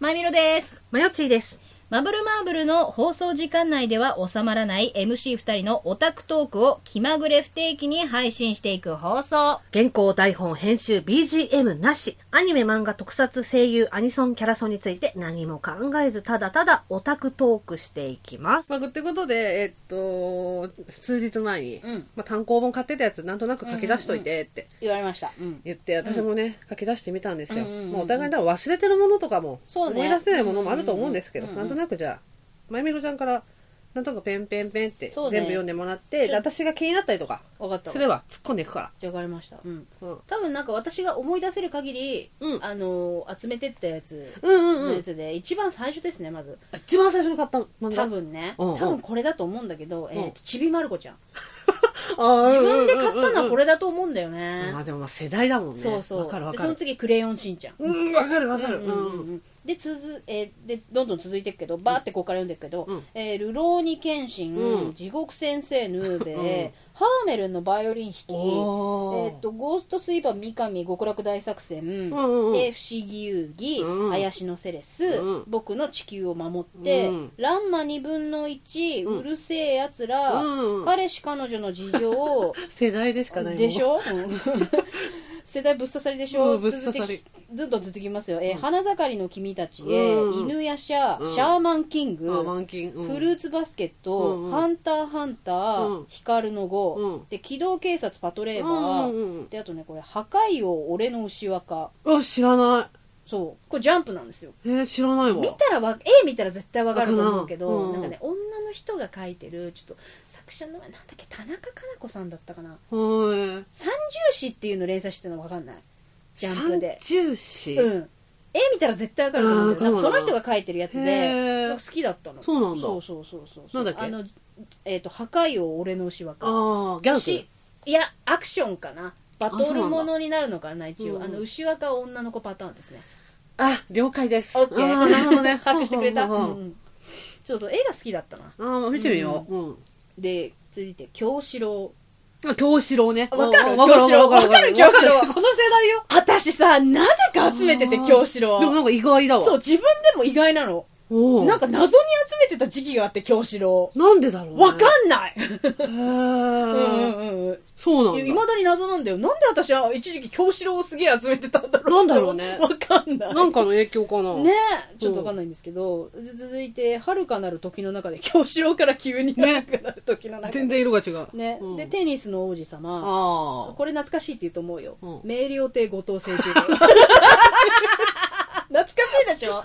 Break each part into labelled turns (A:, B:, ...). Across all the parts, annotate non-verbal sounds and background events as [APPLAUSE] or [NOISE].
A: まみろです。
B: マヨッチーです。
A: マブルマーブルの放送時間内では収まらない MC2 人のオタクトークを気まぐれ不定期に配信していく放送。
B: 原稿、台本、編集、BGM なし。アニメ、漫画、特撮、声優、アニソン、キャラソンについて何も考えず、ただただオタクトークしていきます。まあ、ってことで、えっと、数日前に、
A: うん
B: まあ、単行本買ってたやつなんとなく書き出しといてって
A: 言われました。うん。
B: 言って、私もね、書き出してみたんですよ。
A: うんうんうんうん
B: まあ、お互いだから忘れてるものとかも、
A: そう
B: 思
A: ね
B: い出せないものもあると思うんですけど、
A: うんうんう
B: なんんとなくじゃあ、まゆみろちゃんから、なんとかペンペンペンって
A: そう
B: 全
A: ね
B: 部読んでもらって、
A: ち
B: で
A: ょ
B: 私が気になったりとか
A: わかった。
B: すれば突っ込んでいくか
A: わかりました。うん。
B: ら。うん
A: 多分なんか私が思い出せる限り、
B: うん
A: あのー集めてったやつ
B: うんうん
A: の
B: うん
A: や。つで、一番最初ですね、まず。
B: 一番最初に買った漫
A: 多
B: 画
A: 分ね、
B: うんうん
A: 多分これだと思うんだけど、え
B: う
A: ー
B: ん
A: と、ちびまる子ちゃん。自
B: 自
A: 分で買ったのはこ
B: れ
A: れだと思うんだよね。
B: あでもまあ世代だもんね
A: そうそう。
B: わかるわ
A: で、
B: か
A: その
B: る
A: 次、クレヨンしんちゃん。
B: うんわかるわか
A: う
B: る
A: んうんうんうんで続、えーでどんどん続いていくけどバーってここから読んでいくけど「
B: うん
A: えールローニケンシン」
B: うん
A: 地獄先生ヌーベ」
B: うん
A: ハーメルンのバイオリン弾き」え
B: おー
A: ーと「ゴーストスイーパー三上極楽大作戦」
B: うんうんうん
A: で「不思議遊戯」
B: うん
A: 怪しのセレス」
B: うん
A: 僕の地球を守って」
B: うん
A: ランマ2分の1」
B: うん
A: うるせえやつら」
B: うんうん
A: 彼氏彼女の事
B: [LAUGHS]
A: 情」
B: 世代でしかないもん
A: でしょ、
B: [LAUGHS]
A: うん世代ぶっ刺さりでしょ、
B: うんぶっ刺さり
A: 続きずっと続きますよ、えー花盛りの君たちへ、
B: うんうん
A: 犬やしゃ、
B: うん
A: シャーマンキング、
B: あ満金うん
A: フルーツバスケット、
B: うんうん
A: ハンターハンター、
B: うん
A: ヒカルの碁、
B: うん
A: で機動警察パトレーバ
B: うん
A: ー、
B: うんうん
A: であとねこれ「破壊王俺の牛若
B: あ知らな」
A: そうこれジャンプなんですよ
B: いえー知らないわ
A: 見たらわ絵見たら絶対わかると思うけど、
B: わか
A: な
B: るなん
A: かね女の人が描いてるちょっと作者の名前なんだっけ田中かな子さんだったかな
B: はい
A: 三重詩っていうの連載してるの分かんないジャンプで
B: 三重詩
A: うん絵見たら絶対分かると思うんだよ
B: あー
A: なんかそ
B: そうな
A: の
B: んだ
A: 人が描いてるやつ
B: へ
A: で
B: ー
A: 僕好きだったの
B: そうなんだ
A: そうそうそうそう
B: なんだっけ
A: あのえっ、と「破壊王俺の牛
B: あ
A: 若」
B: ーギャン
A: しいやアクションかなバト
B: あそう
A: ル
B: なんだ
A: ものになるのかな一応、
B: うん
A: あの牛若は女の子パターンですね
B: あ了解です
A: オッケ
B: あなるほど
A: ー
B: ね
A: [LAUGHS] 把握してくれた、
B: ほうほう
A: う
B: ほうん
A: うんそうそう絵が好きだったな
B: あー見てみよううん
A: で続いて京四郎
B: あ京四郎ね
A: あわかる
B: あわかる
A: 京四郎
B: わかる
A: わかる京四郎
B: わかるこの世代よ
A: 私さなぜか集めてて
B: あー
A: 京四郎
B: でもなんか意外だわ
A: そう自分でも意外なの
B: おー
A: なんか謎に集めてた時期があって京四郎
B: なんでだろうね
A: わかん
B: [LAUGHS]
A: ない
B: へ
A: う
B: ー
A: んうん
B: そうなん
A: い
B: だ
A: まだに謎なんだよなんで私は一時期京四郎をすげえ集めてたんだろう
B: なんだろうね
A: [LAUGHS] わかんない
B: なんかの影響かな。
A: ねちょっとわかんないんですけどず続いて遥かなる時の中で京四郎から急に
B: ね
A: 遥かなる時の中で
B: 全然色が違う。
A: ね
B: うん
A: でテニスの王子様
B: ああ。
A: これ懐かしいって言うと思うよ
B: うん
A: 明瞭亭後藤清
B: [LAUGHS]
A: 中懐かしいでしょ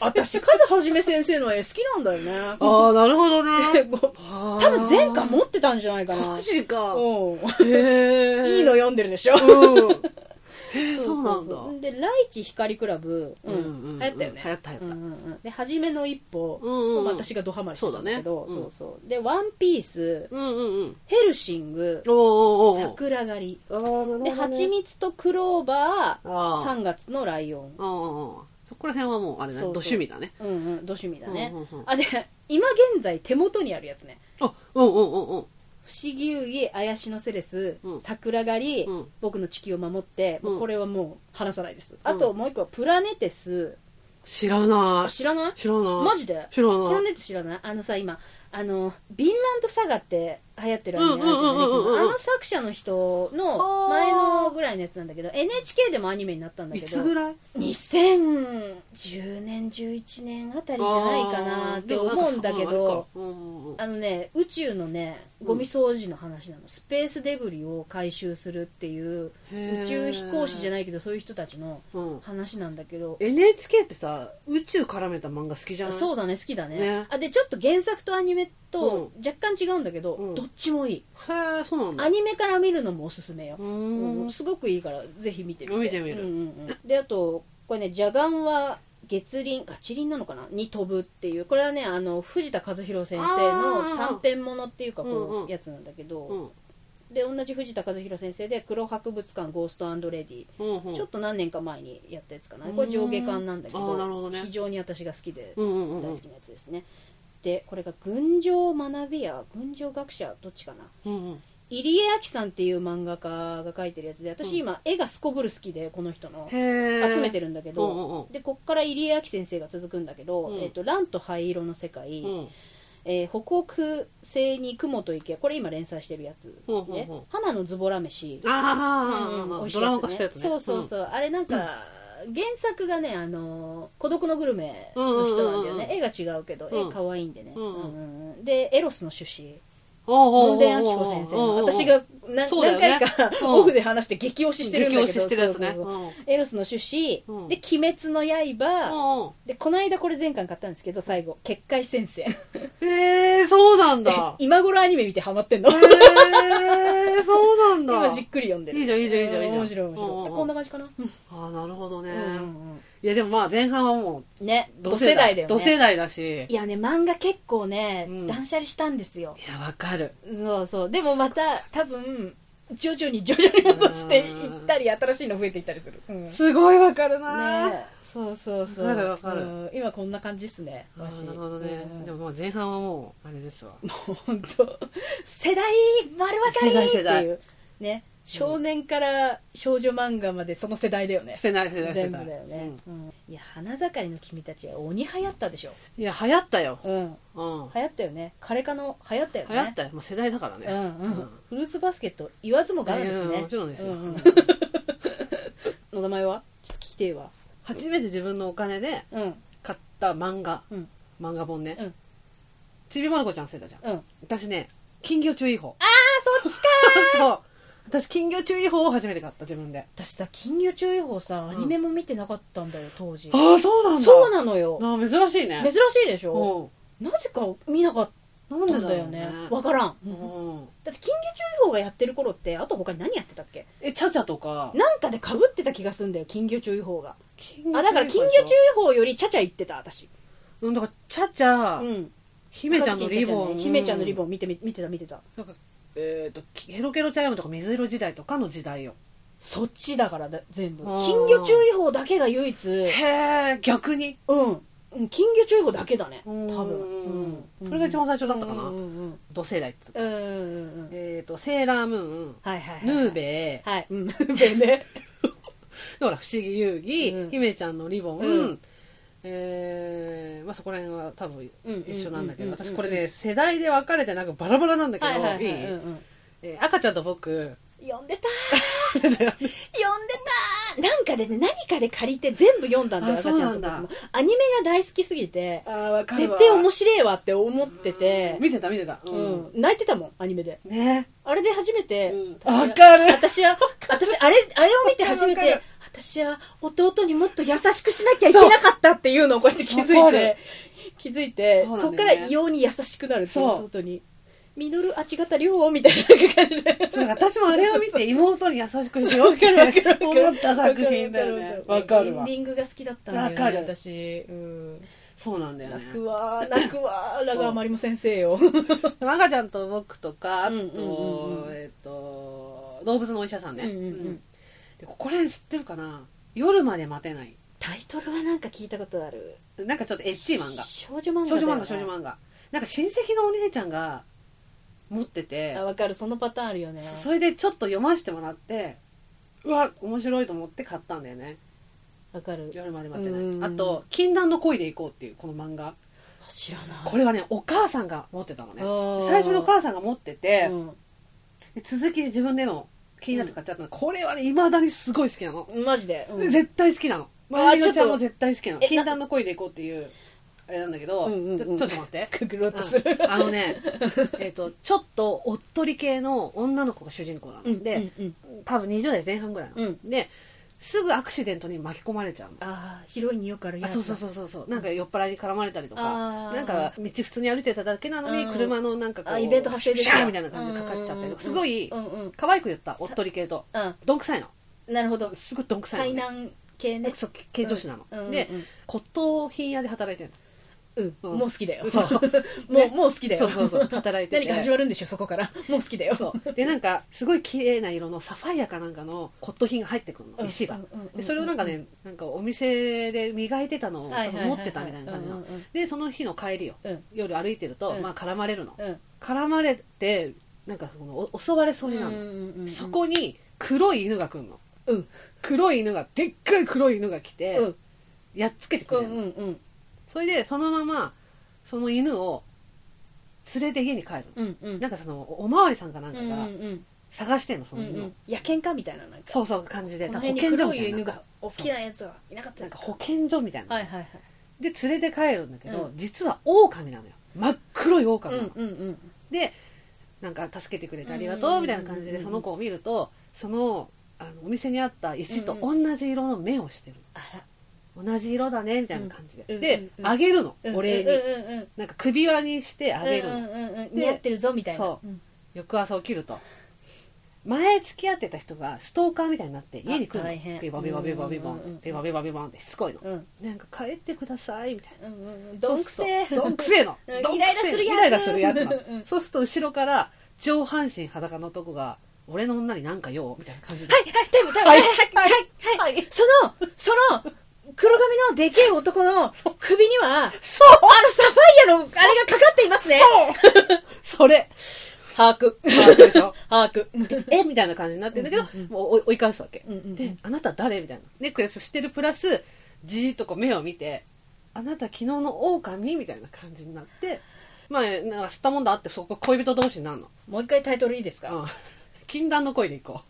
A: 私カズはじめ先生の絵好きなんだよね [LAUGHS]
B: ああ、なるほどね。多
A: 多分前回持ってたんじゃないかな
B: マジか。
A: うん
B: へえ。
A: [LAUGHS] いいの読んでるでしょ
B: うん。へえ、そうなんだ。
A: そでライチ光クラブうん流行ったよね
B: 流行った流行
A: うん
B: っ
A: うんうんで初めの一歩
B: うんうんうん
A: まあ私がドハマりしてたんだけど
B: そうだねうん
A: そうそうでワンピース
B: た。うんうんうん。
A: ヘルシング
B: おーおーおー
A: 桜狩り
B: あーなるほどね
A: で蜂蜜とクローバー
B: あー
A: 3月のライオン
B: あーあー。そこら辺はもう、あれだ
A: そうそう
B: ね。ド趣味だね。
A: うんうんド趣味だね
B: うんうんうん
A: あで今現在手元にあるやつね
B: あ、うんうんうんう
A: 不
B: ん。
A: 思議遊戯怪しのセレス、
B: うん
A: 桜狩り、
B: うん
A: 僕の地球を守って、もううんこれはもう話さないです、あともう一個はプラネテス
B: 知らな
A: あ知らない
B: い。知らない。
A: マジで
B: 知ら
A: プラ
B: ない。
A: ネテス知らないあのさ今あのビンランドサガって流行ってるアニメあるじゃ
B: うんうんうんうんうんうん
A: ないあの作者の人の前のぐらいのやつなんだけど NHK でもアニメになったんだけ
B: い
A: ど
B: つぐらい
A: 2010年11年あたりじゃないかなって思うんだけど。
B: あーでもなんかそうんうんうん
A: あのね宇宙のねゴミ掃除の話なの、スペースデブリを回収するっていう宇宙飛行士じゃ
B: ない。
A: ないけどそういう人たちの
B: うん。
A: 話なんだけど
B: NHK ってさ宇宙絡めた漫画好きじゃない
A: そうだね好きだね
B: ね
A: あでちょっと原作とアニメと若干違うんだけど、
B: うん
A: どっちもいい、
B: へえそうなんだ
A: アニメから見るのもおすすめよ
B: う、ーん
A: すごくいいからぜひ見てみて
B: 見てみる
A: うんうんうん、であとこれね「ジャガンは月輪ガチ輪なのかなに飛ぶ」っていうこれはねあの藤田和弘先生の短編ものっていうかこ
B: うんう
A: の
B: ん
A: やつなんだけど、
B: うん
A: で同じ藤田和弘先生で「黒博物館ゴーストレディ」
B: うんうん
A: ちょっと何年か前にやったやつかなこれ上下巻なんだけ
B: うんあ
A: ど
B: ーなるほどね
A: 非常に私が好きで
B: うんうんうん
A: 大好きなやつですね、でこれが「群青学びや群青学者」どっちかな
B: うんうん
A: 入江亜紀さんっていう漫画家が描いてるやつで
B: うん
A: 私今絵がすこぶる好きでこの人の
B: へえ
A: 集めてるんだけ
B: うん
A: ど、
B: うん
A: でこっから入江亜紀先生が続くんだけど「
B: うん
A: えっと蘭と灰色の世界」
B: うんうん
A: えー北北西に雲と池」これ今連載してるやつ、
B: ほうほう
A: ね
B: ほう
A: 花のズボラ飯」
B: あ
A: うん
B: あ、
A: 美味しい
B: ド
A: やつね
B: ラマ化したやつね
A: そうそうそう、あれなんか、原作がね、あのー孤独のグルメの人なんだよね、
B: うんうん
A: 絵が違うけど、
B: うん
A: 絵可愛いんでね、
B: う
A: うんん
B: うん
A: うんうんでエロスの出資
B: 門
A: 門田明子先生の私がな
B: そうだよ
A: 何
B: ね
A: 回か、
B: うん
A: オフで話して激推ししてるん
B: 激
A: だ
B: 推
A: け
B: し
A: ど
B: してるやつね
A: そううそうん
B: うん
A: そうエロスの出資、
B: うん
A: で「鬼滅の刃」
B: うん
A: でこの間これ前巻買ったんですけど最後「結界戦線
B: へえそうな
A: [LAUGHS]
B: んだへ
A: 今頃アニメ見てハマってんの
B: えそうなんだ
A: 今じっくり読んでる
B: いいじゃんいいじゃんいいじゃんいいじゃん
A: 面白い面
B: うんうん
A: 白
B: う
A: い
B: ん
A: こんな感じかな、
B: ああなるほどね
A: うんうんうん
B: いやでもまあ前半はもう
A: ね
B: 同
A: 同
B: 世
A: 世
B: 代
A: 代だよね
B: 同世代だし
A: いやね漫画結構ね、
B: うん
A: 断捨離したんですよ
B: いやわかる
A: そうそうでもまた多分徐々に徐々に戻していったり新しいの増えていったりする、うん、ね
B: すごいわかるな
A: えそうそうそう
B: わかるわかる
A: うん今こんな感じっすね
B: あ
A: わし
B: ーなるほどね
A: うん
B: でももう前半はもうあれですわ
A: 本当世代丸分かり
B: 世代
A: って
B: 世代
A: いうね少年から少女漫画までその世代だよね、
B: 世代世代世
A: 全部
B: 代
A: だよね、
B: うん
A: うんいや花盛りの君たちは鬼流行ったでしょ
B: いや流行ったよ
A: うん
B: うん
A: 流行ったよね彼化の流行ったよね
B: 流行ったよもう世代だからね
A: うんうん、フルーツバスケット言わずもがなです
B: いや
A: ね
B: もちろんですよ
A: ん
B: [LAUGHS]
A: うんの名前はちょっと聞きてえわ
B: 初めて自分のお金で
A: うん
B: 買った漫画
A: うん
B: 漫画本ね、
A: うん
B: ちびまる子ちゃん世代じゃん
A: うんあ
B: 私ね金魚注意報
A: そっちか
B: [LAUGHS] そう私金魚注意報を初めて買った自分で
A: 私さ金魚注意報さアニメも見てなかったんだよ当時、
B: ああそうなんだ
A: そうなのよ
B: あー珍しいね
A: 珍しいでしょ、なぜか見なかっ
B: うん、な
A: た
B: ん
A: ん
B: で
A: だ
B: だろ
A: よ
B: う
A: ね
B: ね
A: わからん、
B: うん、
A: だって金魚注意報がやってる頃ってあと他に何やってたっけ
B: えちゃちゃとか
A: なんかでかぶってた気がすんだよ金魚注意報が
B: 金
A: あだから金魚注意報よりちゃちゃ言ってた私
B: うんだからちゃちゃ、
A: うん
B: 姫ちゃんのリボン、
A: 姫ちゃんのリボ
B: ン
A: ン見てみ見てた見てた
B: なんかえっ、とケロケロチャイムとか水色時代とかの時代よ
A: そっちだからだ全部
B: あー
A: 金魚注意報だけが唯一
B: へえ逆に
A: うんうん金魚注意報だけだね多
B: うん
A: 分
B: それが一番最初
A: だ
B: だったかな、
A: うんうん
B: 土世代っつうか
A: うんうんうんうん
B: えっ、とセーラームーン
A: はいはいはい
B: ヌーベ
A: はいうんヌーベね
B: イほら不思議遊戯、
A: うん
B: 姫ちゃんのリボン、
A: うん
B: えーまあ、そこら辺は多分
A: うん
B: 一緒なんだけど、
A: うんうんうん
B: 私これね世代で分かれてなんかバラバラなんだけど、
A: はいいはいはい
B: い
A: うん
B: えー赤ちゃんと僕
A: うん読んでた
B: [LAUGHS]
A: 読んでたなんかでね何かで借りて全部読んだんだよ
B: あ
A: 赤ちゃん
B: そう
A: と
B: なん
A: か
B: だ
A: もアニメが大好きすぎて
B: あ分か
A: 絶対面白いわって思ってて
B: 見てた見てた、う
A: うん泣いてたもんアニメで
B: ね
A: あれで初めて
B: うん
A: 私は
B: わかる
A: 私は私あれあれを見て初め
B: わかる
A: て
B: わか
A: 私は弟にもっと優しくしなきゃいけなかったっていうのをこうやって気
B: わ
A: づ
B: か
A: い
B: る
A: て気づいて
B: そう
A: そ
B: な
A: こ
B: んだよね、
A: から異様に優しくなるっていう
B: そう
A: 弟に「ミノルあちがたりょう」みたいな感じで
B: そうだから私もあれを見て妹に優しくしようって思った作品だよね
A: わ
B: わ
A: か
B: か
A: る
B: る
A: わ
B: わ
A: エンディングが好きだったんだよね
B: わかる
A: 私うん
B: そうなんだよね
A: 泣くわ泣くわラガーマリモ先生よ
B: でも赤ちゃんと僕とかあと、
A: うんうんうんうん
B: えっ、と動物のお医者さんね、
A: うんうんうん
B: でここら辺知ってるかな夜まで待てない
A: タイトルはなんか聞いたことある
B: なんかちょっとエッチい漫画
A: 少女漫画
B: 少
A: だ
B: 女
A: よ
B: 漫
A: ね
B: 画少女漫画なんか親戚のお姉ちゃんが持ってて
A: あわかるそのパターンあるよね
B: そそれでちょっと読ませてもらってうわ面白いと思って買ったんだよね
A: わかる
B: 夜まで待て
A: うんうんう
B: なんいあと「禁断の恋で行こう」っていうこの漫画
A: 知らない
B: これはねお母さんが持ってたのね
A: あー
B: 最初のお母さんが持ってて、
A: うん
B: で続きで自分でも気になって買っちゃったの、これはねいまだにすごい好きなの、
A: マジで、うん、
B: 絶対好きなの
A: ー
B: まりのちゃん
A: ちょ
B: も
A: っと
B: 絶対好きなの「
A: えな
B: 禁断の恋で行こう」っていうあれなんだけど、
A: うんうんうん
B: ちょちょっと待って
A: くぐろうとする、
B: あのね、
A: [LAUGHS]
B: えっとちょっとおっとり系の女の子が主人公なの、
A: うん
B: で、
A: うんうん
B: 多分20代前半ぐらいなの、ですぐアクシデントに巻き込まれちゃうの
A: ああ広いによくあるや
B: あ
A: つ
B: そうそうそうそうそうなんか酔っ払いに絡まれたりとか
A: あー
B: なんか道普通に歩いてただけなのに、
A: うん
B: 車のなんかこ
A: あ
B: う
A: イベント発生で
B: シャーみたいな感じでかかっちゃったりとかすごい
A: うんうん
B: 可愛く言ったおっとり系と
A: うん
B: どんくさいの
A: なるほど
B: すごいどんくさ
A: 災
B: いの、ね、
A: 難系ね
B: そう系女子なの、
A: うんうんうん
B: で骨董品屋で働いてる
A: [LAUGHS] うん、
B: うん
A: もう好きだよ
B: そう
A: [LAUGHS] も
B: ね
A: うもう好きだよ
B: そうそうそう働いてて
A: 何か始まるんでしょそこからもう好きだよ
B: のそうでなんかすごい綺麗な色のサファイアかなんかの骨董品が入ってくる
A: う
B: の
A: ん
B: 石が、
A: うんうんうんうん
B: でそれをなんかねなんかお店で磨いてたのを多
A: はいはい
B: 分
A: はい
B: 持
A: はい
B: ってたみたいな感じなの、
A: うんうんうん
B: でその日の帰りよ
A: うん
B: 夜歩いてると、
A: うん
B: まあ絡まれるの、
A: うん
B: 絡まれてなんかそのお襲われそうになるの、
A: の
B: そこに黒い犬が来るの、
A: うん
B: 黒い犬がでっかい黒い犬が来て、
A: うん
B: やっつけてく
A: う
B: れ
A: ん
B: るの、
A: うんうん
B: それでそのままその犬を連れて家に帰るの、
A: うんうん
B: なんかそのおおまわりさんかなんか
A: うんう
B: が
A: ん
B: 探してんのそ
A: うんう
B: の
A: ん
B: 犬を、
A: うん野犬かみたいななんか
B: そうそう感じで
A: この
B: 保
A: 辺に
B: 健所
A: 黒
B: みた
A: い
B: いな
A: 犬が大きなやつはいなかった
B: なん
A: です
B: か
A: か
B: 保健所みたいな、
A: はいはい
B: で連れて帰るんだけど、
A: う
B: 実は狼なのよ真っ黒い狼
A: はい
B: なの、
A: うんうんうん
B: でなんか助けてくれてありが
A: うんうんうん
B: と
A: う
B: うんみたいな感じでその子を見るとそのあのお店にあった石と同じ色の目をしてる、
A: あら
B: 同じ色だねみたいな感じで、
A: うんうん
B: で
A: うん
B: あげるの、
A: うん
B: お
A: う
B: 礼に、
A: んうんうん
B: なんか首輪にしてあげるの、
A: うんうんうんうん
B: で
A: 似合ってるぞみたいな
B: そ
A: うん
B: 翌朝起きると前付き合ってた人がストーカーみたいになって家に来る
A: あ大変
B: のペバペバペバペバ
A: うんうんうん
B: ペバペバペバンってしつこいの、
A: うん
B: なんか帰ってくださいみたいな
A: うんうんうんどんくせえ
B: そうするとどんくせえの
A: [LAUGHS] うん
B: どんくせえの
A: イ
B: イ
A: ラ
B: ラ
A: イ
B: イ
A: ラ
B: ラ
A: す
B: す
A: る
B: る
A: や
B: や
A: つ
B: つ
A: な
B: な
A: の
B: のそうすると後ろから上半身裸の男が俺の女になんか用みたいな感じ
A: [LAUGHS]
B: で
A: はいはいタイムタイムはいはいはい
B: はいはい
A: そのその黒髪のでけえ男の首には
B: そう
A: あのサファイアのあれがかかっていますね
B: それ
A: 把握
B: 把握
A: [LAUGHS]
B: でしょ
A: 把握
B: えみたいな感じになってんだけど
A: うんうんうん
B: もう追い追い返すわけ
A: うんうんうん
B: であなた誰みたいなネックレスしてるプラスじーっとこう目を見てあなた昨日の狼みたいな感じになってまあなんか吸ったもんだあってそこ恋人同士になるの
A: もう一回タイトルいいですか、
B: うん禁断の恋に行こ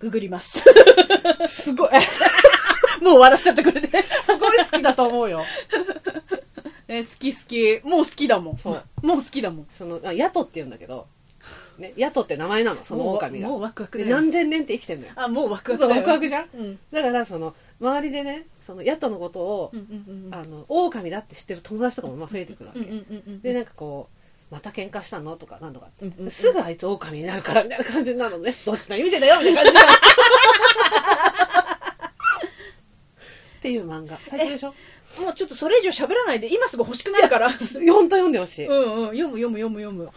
A: ググります [LAUGHS]
B: うすごいす
A: もう笑っちゃってくれて、
B: ごい好きだと思うよ
A: え好き好きもう好きだもん
B: そう
A: もう好きだもん
B: そのあヤトって言うんだけど、ね、ヤトって名前なのその狼が
A: もうワクワク
B: で
A: だよ
B: 何千年って生きてんのよ
A: あもうワク
B: そ
A: ワクだよ
B: うワクワクじゃん
A: うん
B: だからその周りでねそのヤトのことを
A: うんうんうん
B: あの狼だって知ってる友達とかもまあ増えてくるわ
A: う
B: け
A: んうんうんうん
B: でなんかこうまた喧嘩したのとかなんとかって、
A: うんうんうん
B: すぐあいつ狼になるからみたいな感じになるのね [LAUGHS] どっちの [LAUGHS] 意味でだよみたいな感じになるっていう漫画最高でしょ
A: もうちょっとそれ以上喋らないで今すぐ欲しくなるからう
B: 本当読んでほしい
A: んうん読む読む読む読む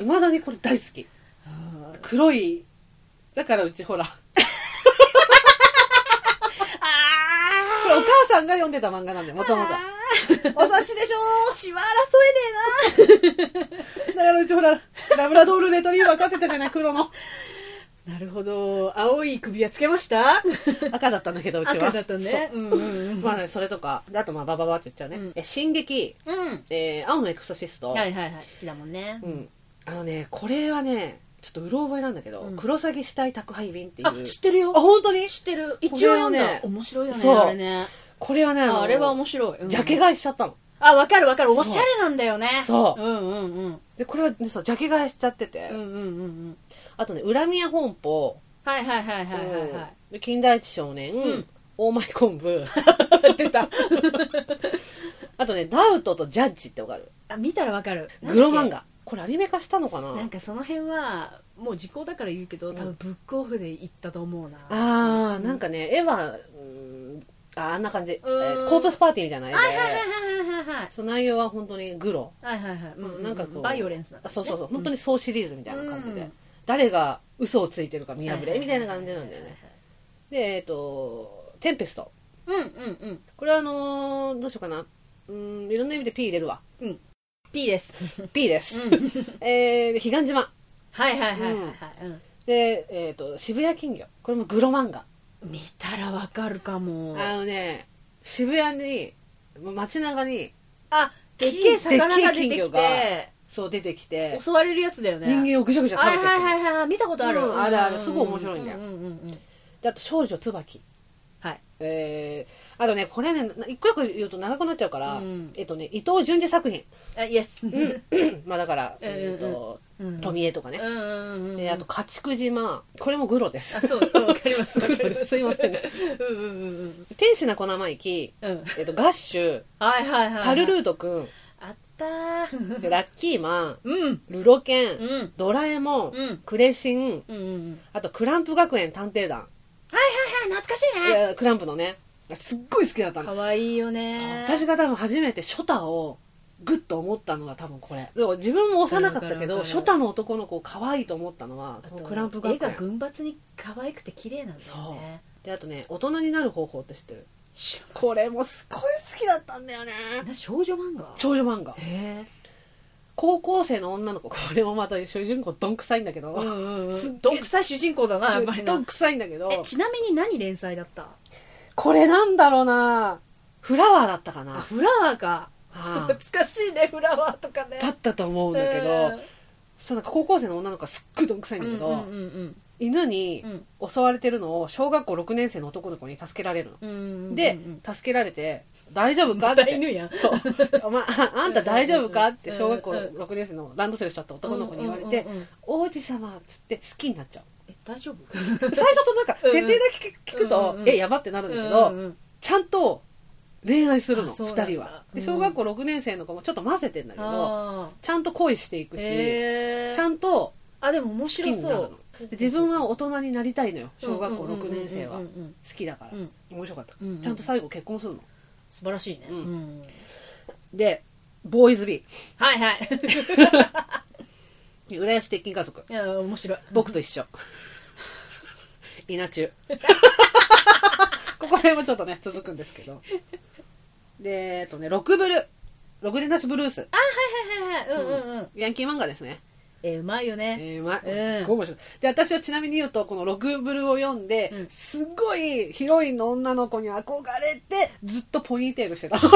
B: いまだにこれ大好き黒いだからうちほらこ
A: あ
B: れお母さんが読んでた漫画なんだよもともとお察しでし
A: 血は争えね
B: ょだからうちほらラブラドールレトリーバー飼ってたじゃない
A: [LAUGHS]
B: 黒の
A: えななるほど青い首輪つけました
B: 赤だったんだけどうちは
A: 赤だったねうんうんう
B: そうんまあねそれとかあとまあバババって言っちゃうね、
A: うん
B: え進撃
A: うん
B: えー青のエクソシスト、
A: はいはいはい好きだもんね
B: うん、あのねこれはねちょっとうろ覚えなんだけど、
A: うん
B: 黒詐欺死体宅配便っていう
A: あ知ってるよ
B: あ本当に
A: 知ってる一応読ん
B: これ
A: だ
B: をね
A: 面白いよね
B: そう
A: あれね
B: これはねの
A: ああれは面白いうん
B: ジャケ買いしちゃったの
A: あわかるわかるおしゃれなんだよね
B: そう
A: うんうんうん
B: でこれは、ね、そうジャケ買いしちゃってて、
A: うんうんうんうん
B: あとね恨み屋本舗、
A: はいはいはいはいはいは
B: うん金田一少年、
A: ん
B: 大前昆
A: [LAUGHS]
B: 布 [LAUGHS]
A: い出た
B: あとねダウトとジャッジってわかる
A: [LAUGHS] あ見たらわかる
B: グロ漫
A: なんだっ
B: 画これアニメ化したのかな
A: けなんかその辺はもう時効だから言うけど
B: ん
A: 多分ブックオフで行ったと思うな
B: ああなん
A: か
B: かね絵はうんああんな感じ、え
A: うん
B: ーコープスパーティーみたいな絵で、
A: はいはいはいはいはいはい
B: その内容は本当にグロ
A: はいはいはい、
B: うんなんかこう
A: バイオレンスなん
B: あ
A: だ
B: そうそうそう、
A: ね
B: 本当に総シリーズみたいな感じで、
A: うん
B: 誰が嘘をついてるか見破
A: は
B: れ
A: いは
B: み
A: い
B: た
A: はいい
B: な感じなんだよねでえっ、と「テンペスト
A: うんうんうん」
B: これはあのーどうしようかなうーんいろんな意味で P 入れるわ
A: P です
B: [LAUGHS] P です、
A: うん
B: [LAUGHS] えーで彼岸島
A: はいはいはいはいはい、うん
B: で、えー、と渋谷金魚これもグロ漫画、
A: 見たらわかるかも
B: あのね渋谷に街中に
A: あでっけえ魚が
B: で
A: 出
B: っ
A: て
B: けえ金魚
A: き
B: が
A: て
B: そう出てきて
A: 襲われるやつだよね
B: 人間をぐしゃぐしゃ食
A: は
B: べ
A: い
B: て
A: はい
B: く
A: は
B: る
A: いはい見たことある、
B: うんあるあるすごい面白いんだよ
A: うんうんうん
B: であと少女椿
A: はい
B: えー、あとねこれね一個一個言うと長くなっちゃうから、
A: うん
B: えっとね伊藤潤二作品
A: あイエスうん
B: まあだから、
A: うんうんうん
B: えっと
A: うん
B: 富江とかね、
A: うんうんうん
B: であと家畜島これもグロです
A: あ
B: [LAUGHS]
A: そうわかりますわかります
B: すいません
A: うんうんうんうん
B: 天使な小生意気、
A: うん
B: えっとガッシュ
A: はいはいはいはい
B: タルルートくん
A: あったー
B: でラッキーマン
A: うん
B: ルロケン、
A: うん
B: ドラえもん、
A: うん
B: クレシン
A: うんうんうん
B: あとクランプ学園探偵団、
A: はい懐かしい
B: い
A: ね
B: やクランプのねすっごい好きだったの
A: 可愛いよ
B: そう
A: ね
B: 私が多分初めて初太をグッと思ったのが多分これでも自分も幼かったけど
A: わかるわかる
B: 初太の男の子を可愛いと思ったのは
A: あと
B: このクランプ学
A: 絵
B: 園
A: が群抜に可愛くて綺麗なんだよね
B: であとね大人になる方法って知ってる
A: 知らん
B: これもすごい好きだったんだよね
A: な少女漫画
B: 少女漫画
A: へえ
B: 高校生の女の子これもまた主人公どんくさいんだけど、
A: うんうん
B: すっげえ
A: どんくさい主人公だなやっぱり
B: [LAUGHS] どん
A: な
B: くさいんだけど
A: えちなみに何連載だった
B: これなんだろうなフラワーだったか
A: あ
B: な
A: フラワーか
B: あ
A: 懐かしいねフラワーとかね
B: あだったと思うんだけ
A: う
B: ど
A: ん
B: そうなんか高校生の女の子がすっごいどんくさいんだけど、
A: うんうん
B: 犬に
A: うん
B: 襲われてるのを小学校6年生の男の子に助けられるの、
A: うんうんうんうん
B: で助けられて「大丈夫か?」っ
A: 大
B: て
A: 犬やん
B: そう「 [LAUGHS] お前ああんた大丈夫か?」って小学校
A: うんうん
B: 6年生のランドセルしちゃった男の子に言われて
A: うんうんうんうん
B: 「王子様」っつって好きになっ
A: [LAUGHS]
B: ちゃう
A: え大丈夫
B: 最初そのなんか
A: うん
B: 設定だけ聞くと
A: うん
B: 「
A: うん
B: えやば」ってなるんだけ
A: う
B: ど
A: んうん
B: ちゃんと恋愛するの
A: あそうな
B: 2
A: んだ
B: 人はで
A: うん
B: 小学校6年生の子もちょっと混ぜてんだけど
A: あ
B: ちゃんと恋していく
A: ー
B: し
A: へー
B: ちゃんと
A: あでも面
B: 好き
A: 白
B: にな
A: そ
B: る
A: う
B: ので自分は大人になりたいのよ小学校6年生は
A: うんう
B: 好
A: んうんうんうん
B: きだから
A: うん
B: 面白かった
A: うんうん
B: ちゃんと最後結婚するの
A: 素晴らしいね、
B: うん
A: ん
B: でボーイズビ
A: はいはい [LAUGHS]
B: ー浦安鉄筋家族
A: いや面白い
B: 僕と一緒稲中ここら辺もちょっとね続くんですけどでえっとね「6ブル」「6でなしブルース
A: はいはいはいうんうんうん」
B: ヤンキー漫画ですね
A: えーうまいよね、
B: えーうまい、
A: うん
B: すっごい面白いで私はちなみに言うとこの「6ブル」を読んで、
A: うん
B: すごいヒロインの女の子に憧れてずっとポニーテー
A: [LAUGHS]
B: ルしてた
A: わ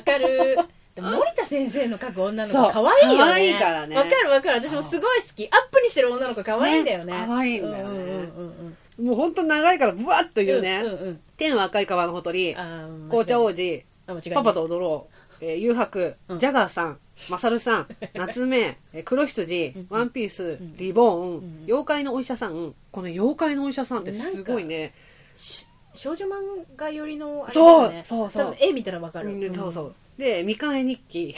A: かるでも森田先生の描く女の
B: そう
A: 子可愛いよね
B: 可愛いからね
A: わかるわかる私もすごい好きアップにしてる女の子可愛いんだよね
B: ね可愛いんだよ
A: うんうん
B: ね
A: うんうん
B: もうほんと長いからブワッと言うね「
A: うんうんうん
B: 天は赤い川のほとり」
A: あー
B: 「紅茶王子」
A: あ間違いない
B: パパと踊ろう、えー、誘白、
A: うん
B: ジャガーさん、マサル
A: [LAUGHS]
B: さん、夏目、えー黒羊
A: うん、
B: ワンピース
A: ん、
B: リボー
A: ん
B: ン、妖怪のお医者さん、この妖怪のお医者さんってすごいね、
A: し少女漫画寄りのあれだ
B: そう
A: よね
B: そうそう
A: 多分絵見たらわかる、
B: うんそうそう。で、未開日記、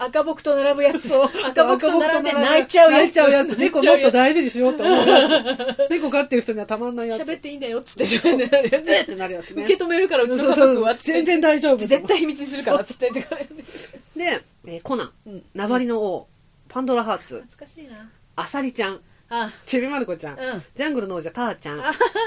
A: 赤僕と並ぶやつ赤僕と並んで
B: 赤僕
A: 泣いちゃうやつ
B: 泣いちゃうやつ。猫もっ
A: 泣いちゃうや
B: と大事にしよう
A: [LAUGHS]
B: と思うやつ。猫飼ってる人にはたまんないや
A: つ
B: つ。
A: 喋っ
B: って
A: いいんだよっつってるねなるやつ
B: てなるやつね。
A: 受け止めるからうちの
B: そう
A: 家
B: そう
A: 族はっつって
B: 全然大丈夫。
A: 絶。対秘密にするからっつってとか
B: で、えーコナン、
A: うん
B: ナバリの王、パンドラハーツ、
A: 懐かしいな
B: アサリちゃん、
A: あ
B: ちびまる子ちゃん、
A: うん
B: ジャングルの王者ターちゃん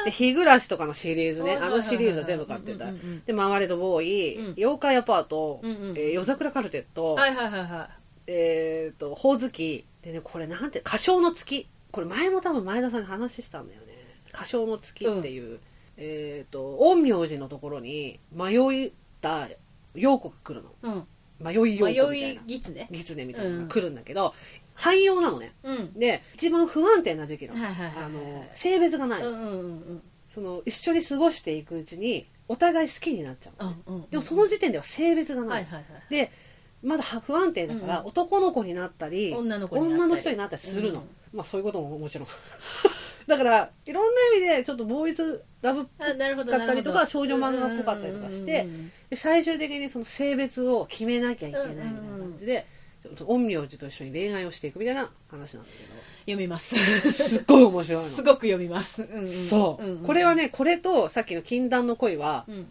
B: で日暮らしとかのシリーズ
A: は
B: ね
A: い
B: あ
A: はいはいはい
B: のシリーズは全部買ってた
A: うんうんうん
B: で「回れるボーイ」
A: うん
B: 妖怪アパート」
A: うんうん
B: えー夜桜カルテット」
A: はいはいはいは
B: えーと「ほおずき」でねこれなんて「歌唱の月」これ前も多分前田さんに話したんだよね「歌唱の月」っていう、えーと陰陽師のところに迷いた妖子が来る
A: い
B: の
A: うん
B: 迷い妖子みた
A: 迷
B: い
A: い
B: な
A: ギツね
B: 狐みたいなの
A: うん
B: が来るんだけど、汎用なのね
A: うん
B: で一番不安定な時期なの,、
A: はいはいはいはい
B: あの性別がない、
A: うんうんうん
B: その一緒に過ごしていくうちにお互い好きになっちゃう
A: う
B: の
A: ん
B: ね、
A: うん
B: でもその時点では性別がな
A: はい
B: い、
A: はいはい
B: でまだ不安定だから、
A: うん
B: 男の子になったり
A: 女の子になったり
B: 女人になったりするの、
A: うん
B: まあそういうことももちろん [LAUGHS] だからいろんな意味でちょっとボーイズラブ
A: あなるほど
B: だったりと
A: な
B: か
A: るほど
B: 少女漫画っぽかったりとかして
A: うんうんうんうん
B: で最終的にその性別を決めなきゃいけないみたいな感じで、陰陽師と一緒に恋愛をしていくみたいな話なんだ
A: 読み
B: [LAUGHS]
A: ます [LAUGHS]
B: けどすっごい面白いの
A: すごく読みますうんん
B: そう、
A: んん
B: これはねこれとさっきの「禁断の恋」は
A: うん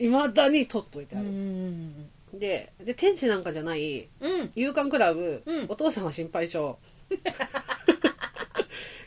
B: いまだに取っといて
A: うん
B: あ
A: う
B: る、
A: ん
B: でで天使なんかじゃない
A: うんうん
B: 勇敢クラブ、
A: うん
B: お父さんは心
A: [LAUGHS]
B: 配性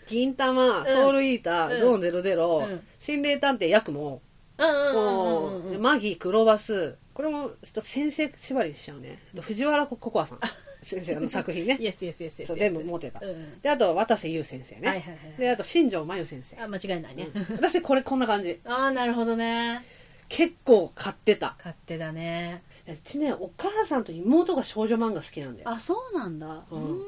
B: 銀玉
A: ん
B: ソウルイーター、
A: うん
B: ゾーンゼロゼロ、
A: うん
B: 心霊探偵ヤクモ、
A: うんうんうんうんうん
B: もうマギークロバスこれもちょっと先生縛りにしちゃうね藤原ココアさん先生の作
A: [LAUGHS]
B: 品ね
A: イエスイエスイエスイエス
B: そう全部持てた
A: うんうん
B: であと渡瀬優先生ね、
A: はいはいはいはい
B: であと新庄真由先生
A: あ間違いないね
B: うん私これこんな感じ
A: ああなるほどね
B: 結構買ってた
A: 勝手だね
B: うちねお母さんと妹が少女漫画好きなんだよ
A: あそうなんだ
B: う
A: うんん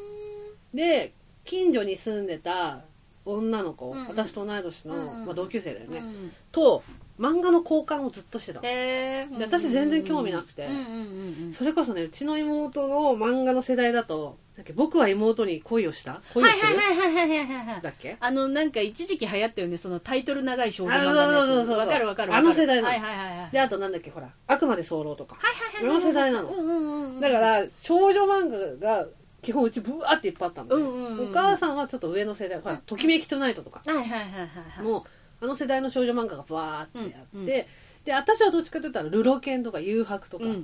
B: で近所に住んでた女の子、
A: うんうん
B: 私と同い年の、
A: うんうん
B: まあ、同級生だよね、
A: うん
B: と漫画の交換をずっとしてた、
A: へえ
B: で私全然興味なくて
A: うんうんうん
B: それこそねうちの妹の漫画の世代だとだっけ僕は妹に恋をした
A: うん
B: 恋を
A: は
B: す
A: い
B: る、
A: はいはいはいはいはいはい
B: だっけ
A: あのなんか一時期流行ったよねそのタイトル長い少女漫画
B: あそうそうそう
A: の
B: そう
A: やつわかるわかるわかる
B: あの世代なの
A: はいはいはいはい
B: であとなんだっけほらあくまで候とか、
A: はいはいはい
B: あの世代なの
A: うんうんうんうん
B: だから少女漫画が基本うちブワーっていっぱいあったんだ、ね
A: うんうんうん
B: お母さんはちょっと上の世代ほら「ときめきトゥナイト」とか
A: はいはいはいはいはい
B: もうあの世代の少女漫画がバーってあって、
A: うんうん
B: で私はどっちかというとルロケンとか誘白とか、
A: う
B: が
A: ん
B: う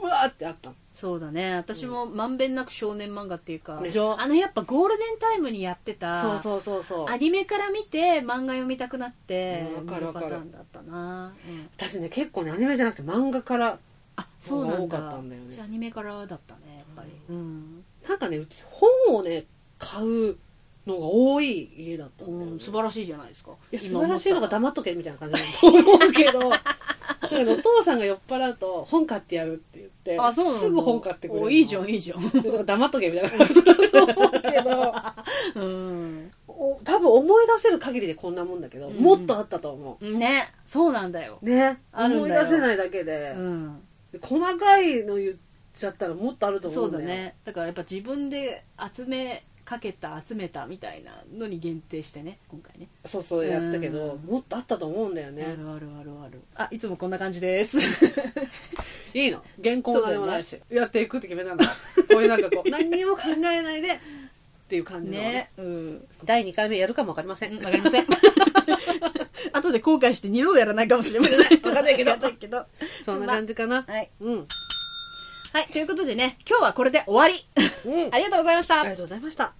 B: わーってあったの
A: そうだね私もまんべんなく少年漫画っていうか
B: でしょ
A: あのやっぱゴールデンタイムにやってた
B: そうそうそうそう
A: アニメから見て漫画読みたくなって
B: うんわかるわかる
A: 見パターンだったな、うん
B: 私ね結構ねアニメじゃなくて漫画から
A: あそうな
B: の
A: ん
B: が多か
A: だ
B: ったんだよね
A: じゃあアニメからだったねやっぱりうん、
B: なんかねうち本をね買うのが多い家だったんだよね、
A: 素晴らしいじゃないですか
B: いや素晴らしいのが
A: だ
B: 黙っとけみたいな感じだと思うけどだけどお父さんが酔っ払うと本買ってやるって言って
A: あそうなんだ
B: すぐ本買ってくれるの
A: おいいじゃんいいじゃん
B: だから黙っとけみたいな感じだと思うけど
A: うん
B: お多分思い出せる限りでこんなもんだけど、
A: うん
B: もっとあったと思
A: ねそうなんだよ
B: うね
A: あるん
B: 思い
A: だよ
B: 出せないだけで
A: う、ん
B: 細かいの言っちゃったらもっとあると思
A: そううん
B: だ
A: だ
B: よ
A: ねだからやっぱ自分で集めかけた集めたみたいなのに限定してね今回ね
B: そうそうやったけど、
A: うん
B: もっとあったと思うんだよ
A: あ
B: ね、
A: るあるあるあるあいつもこんな感じです
B: いいの原稿
A: そ
B: も
A: うだよね
B: 何もないし、やっていくって決めたんだこういうなんかこ
A: [LAUGHS]
B: う何にも考えないでっていう感じの
A: [LAUGHS] ねうん
B: 第2回目やるかも分かりません、
A: わかりません [LAUGHS] 後で後悔して二度やらないかもしれませ [LAUGHS] ん
B: わかんないけど
A: わかんないけど
B: そんな感じかな、
A: はい、
B: うん、
A: はい、ということでね今日はこれで終わり
B: うん、
A: ありがとうございました
B: ありがとうございました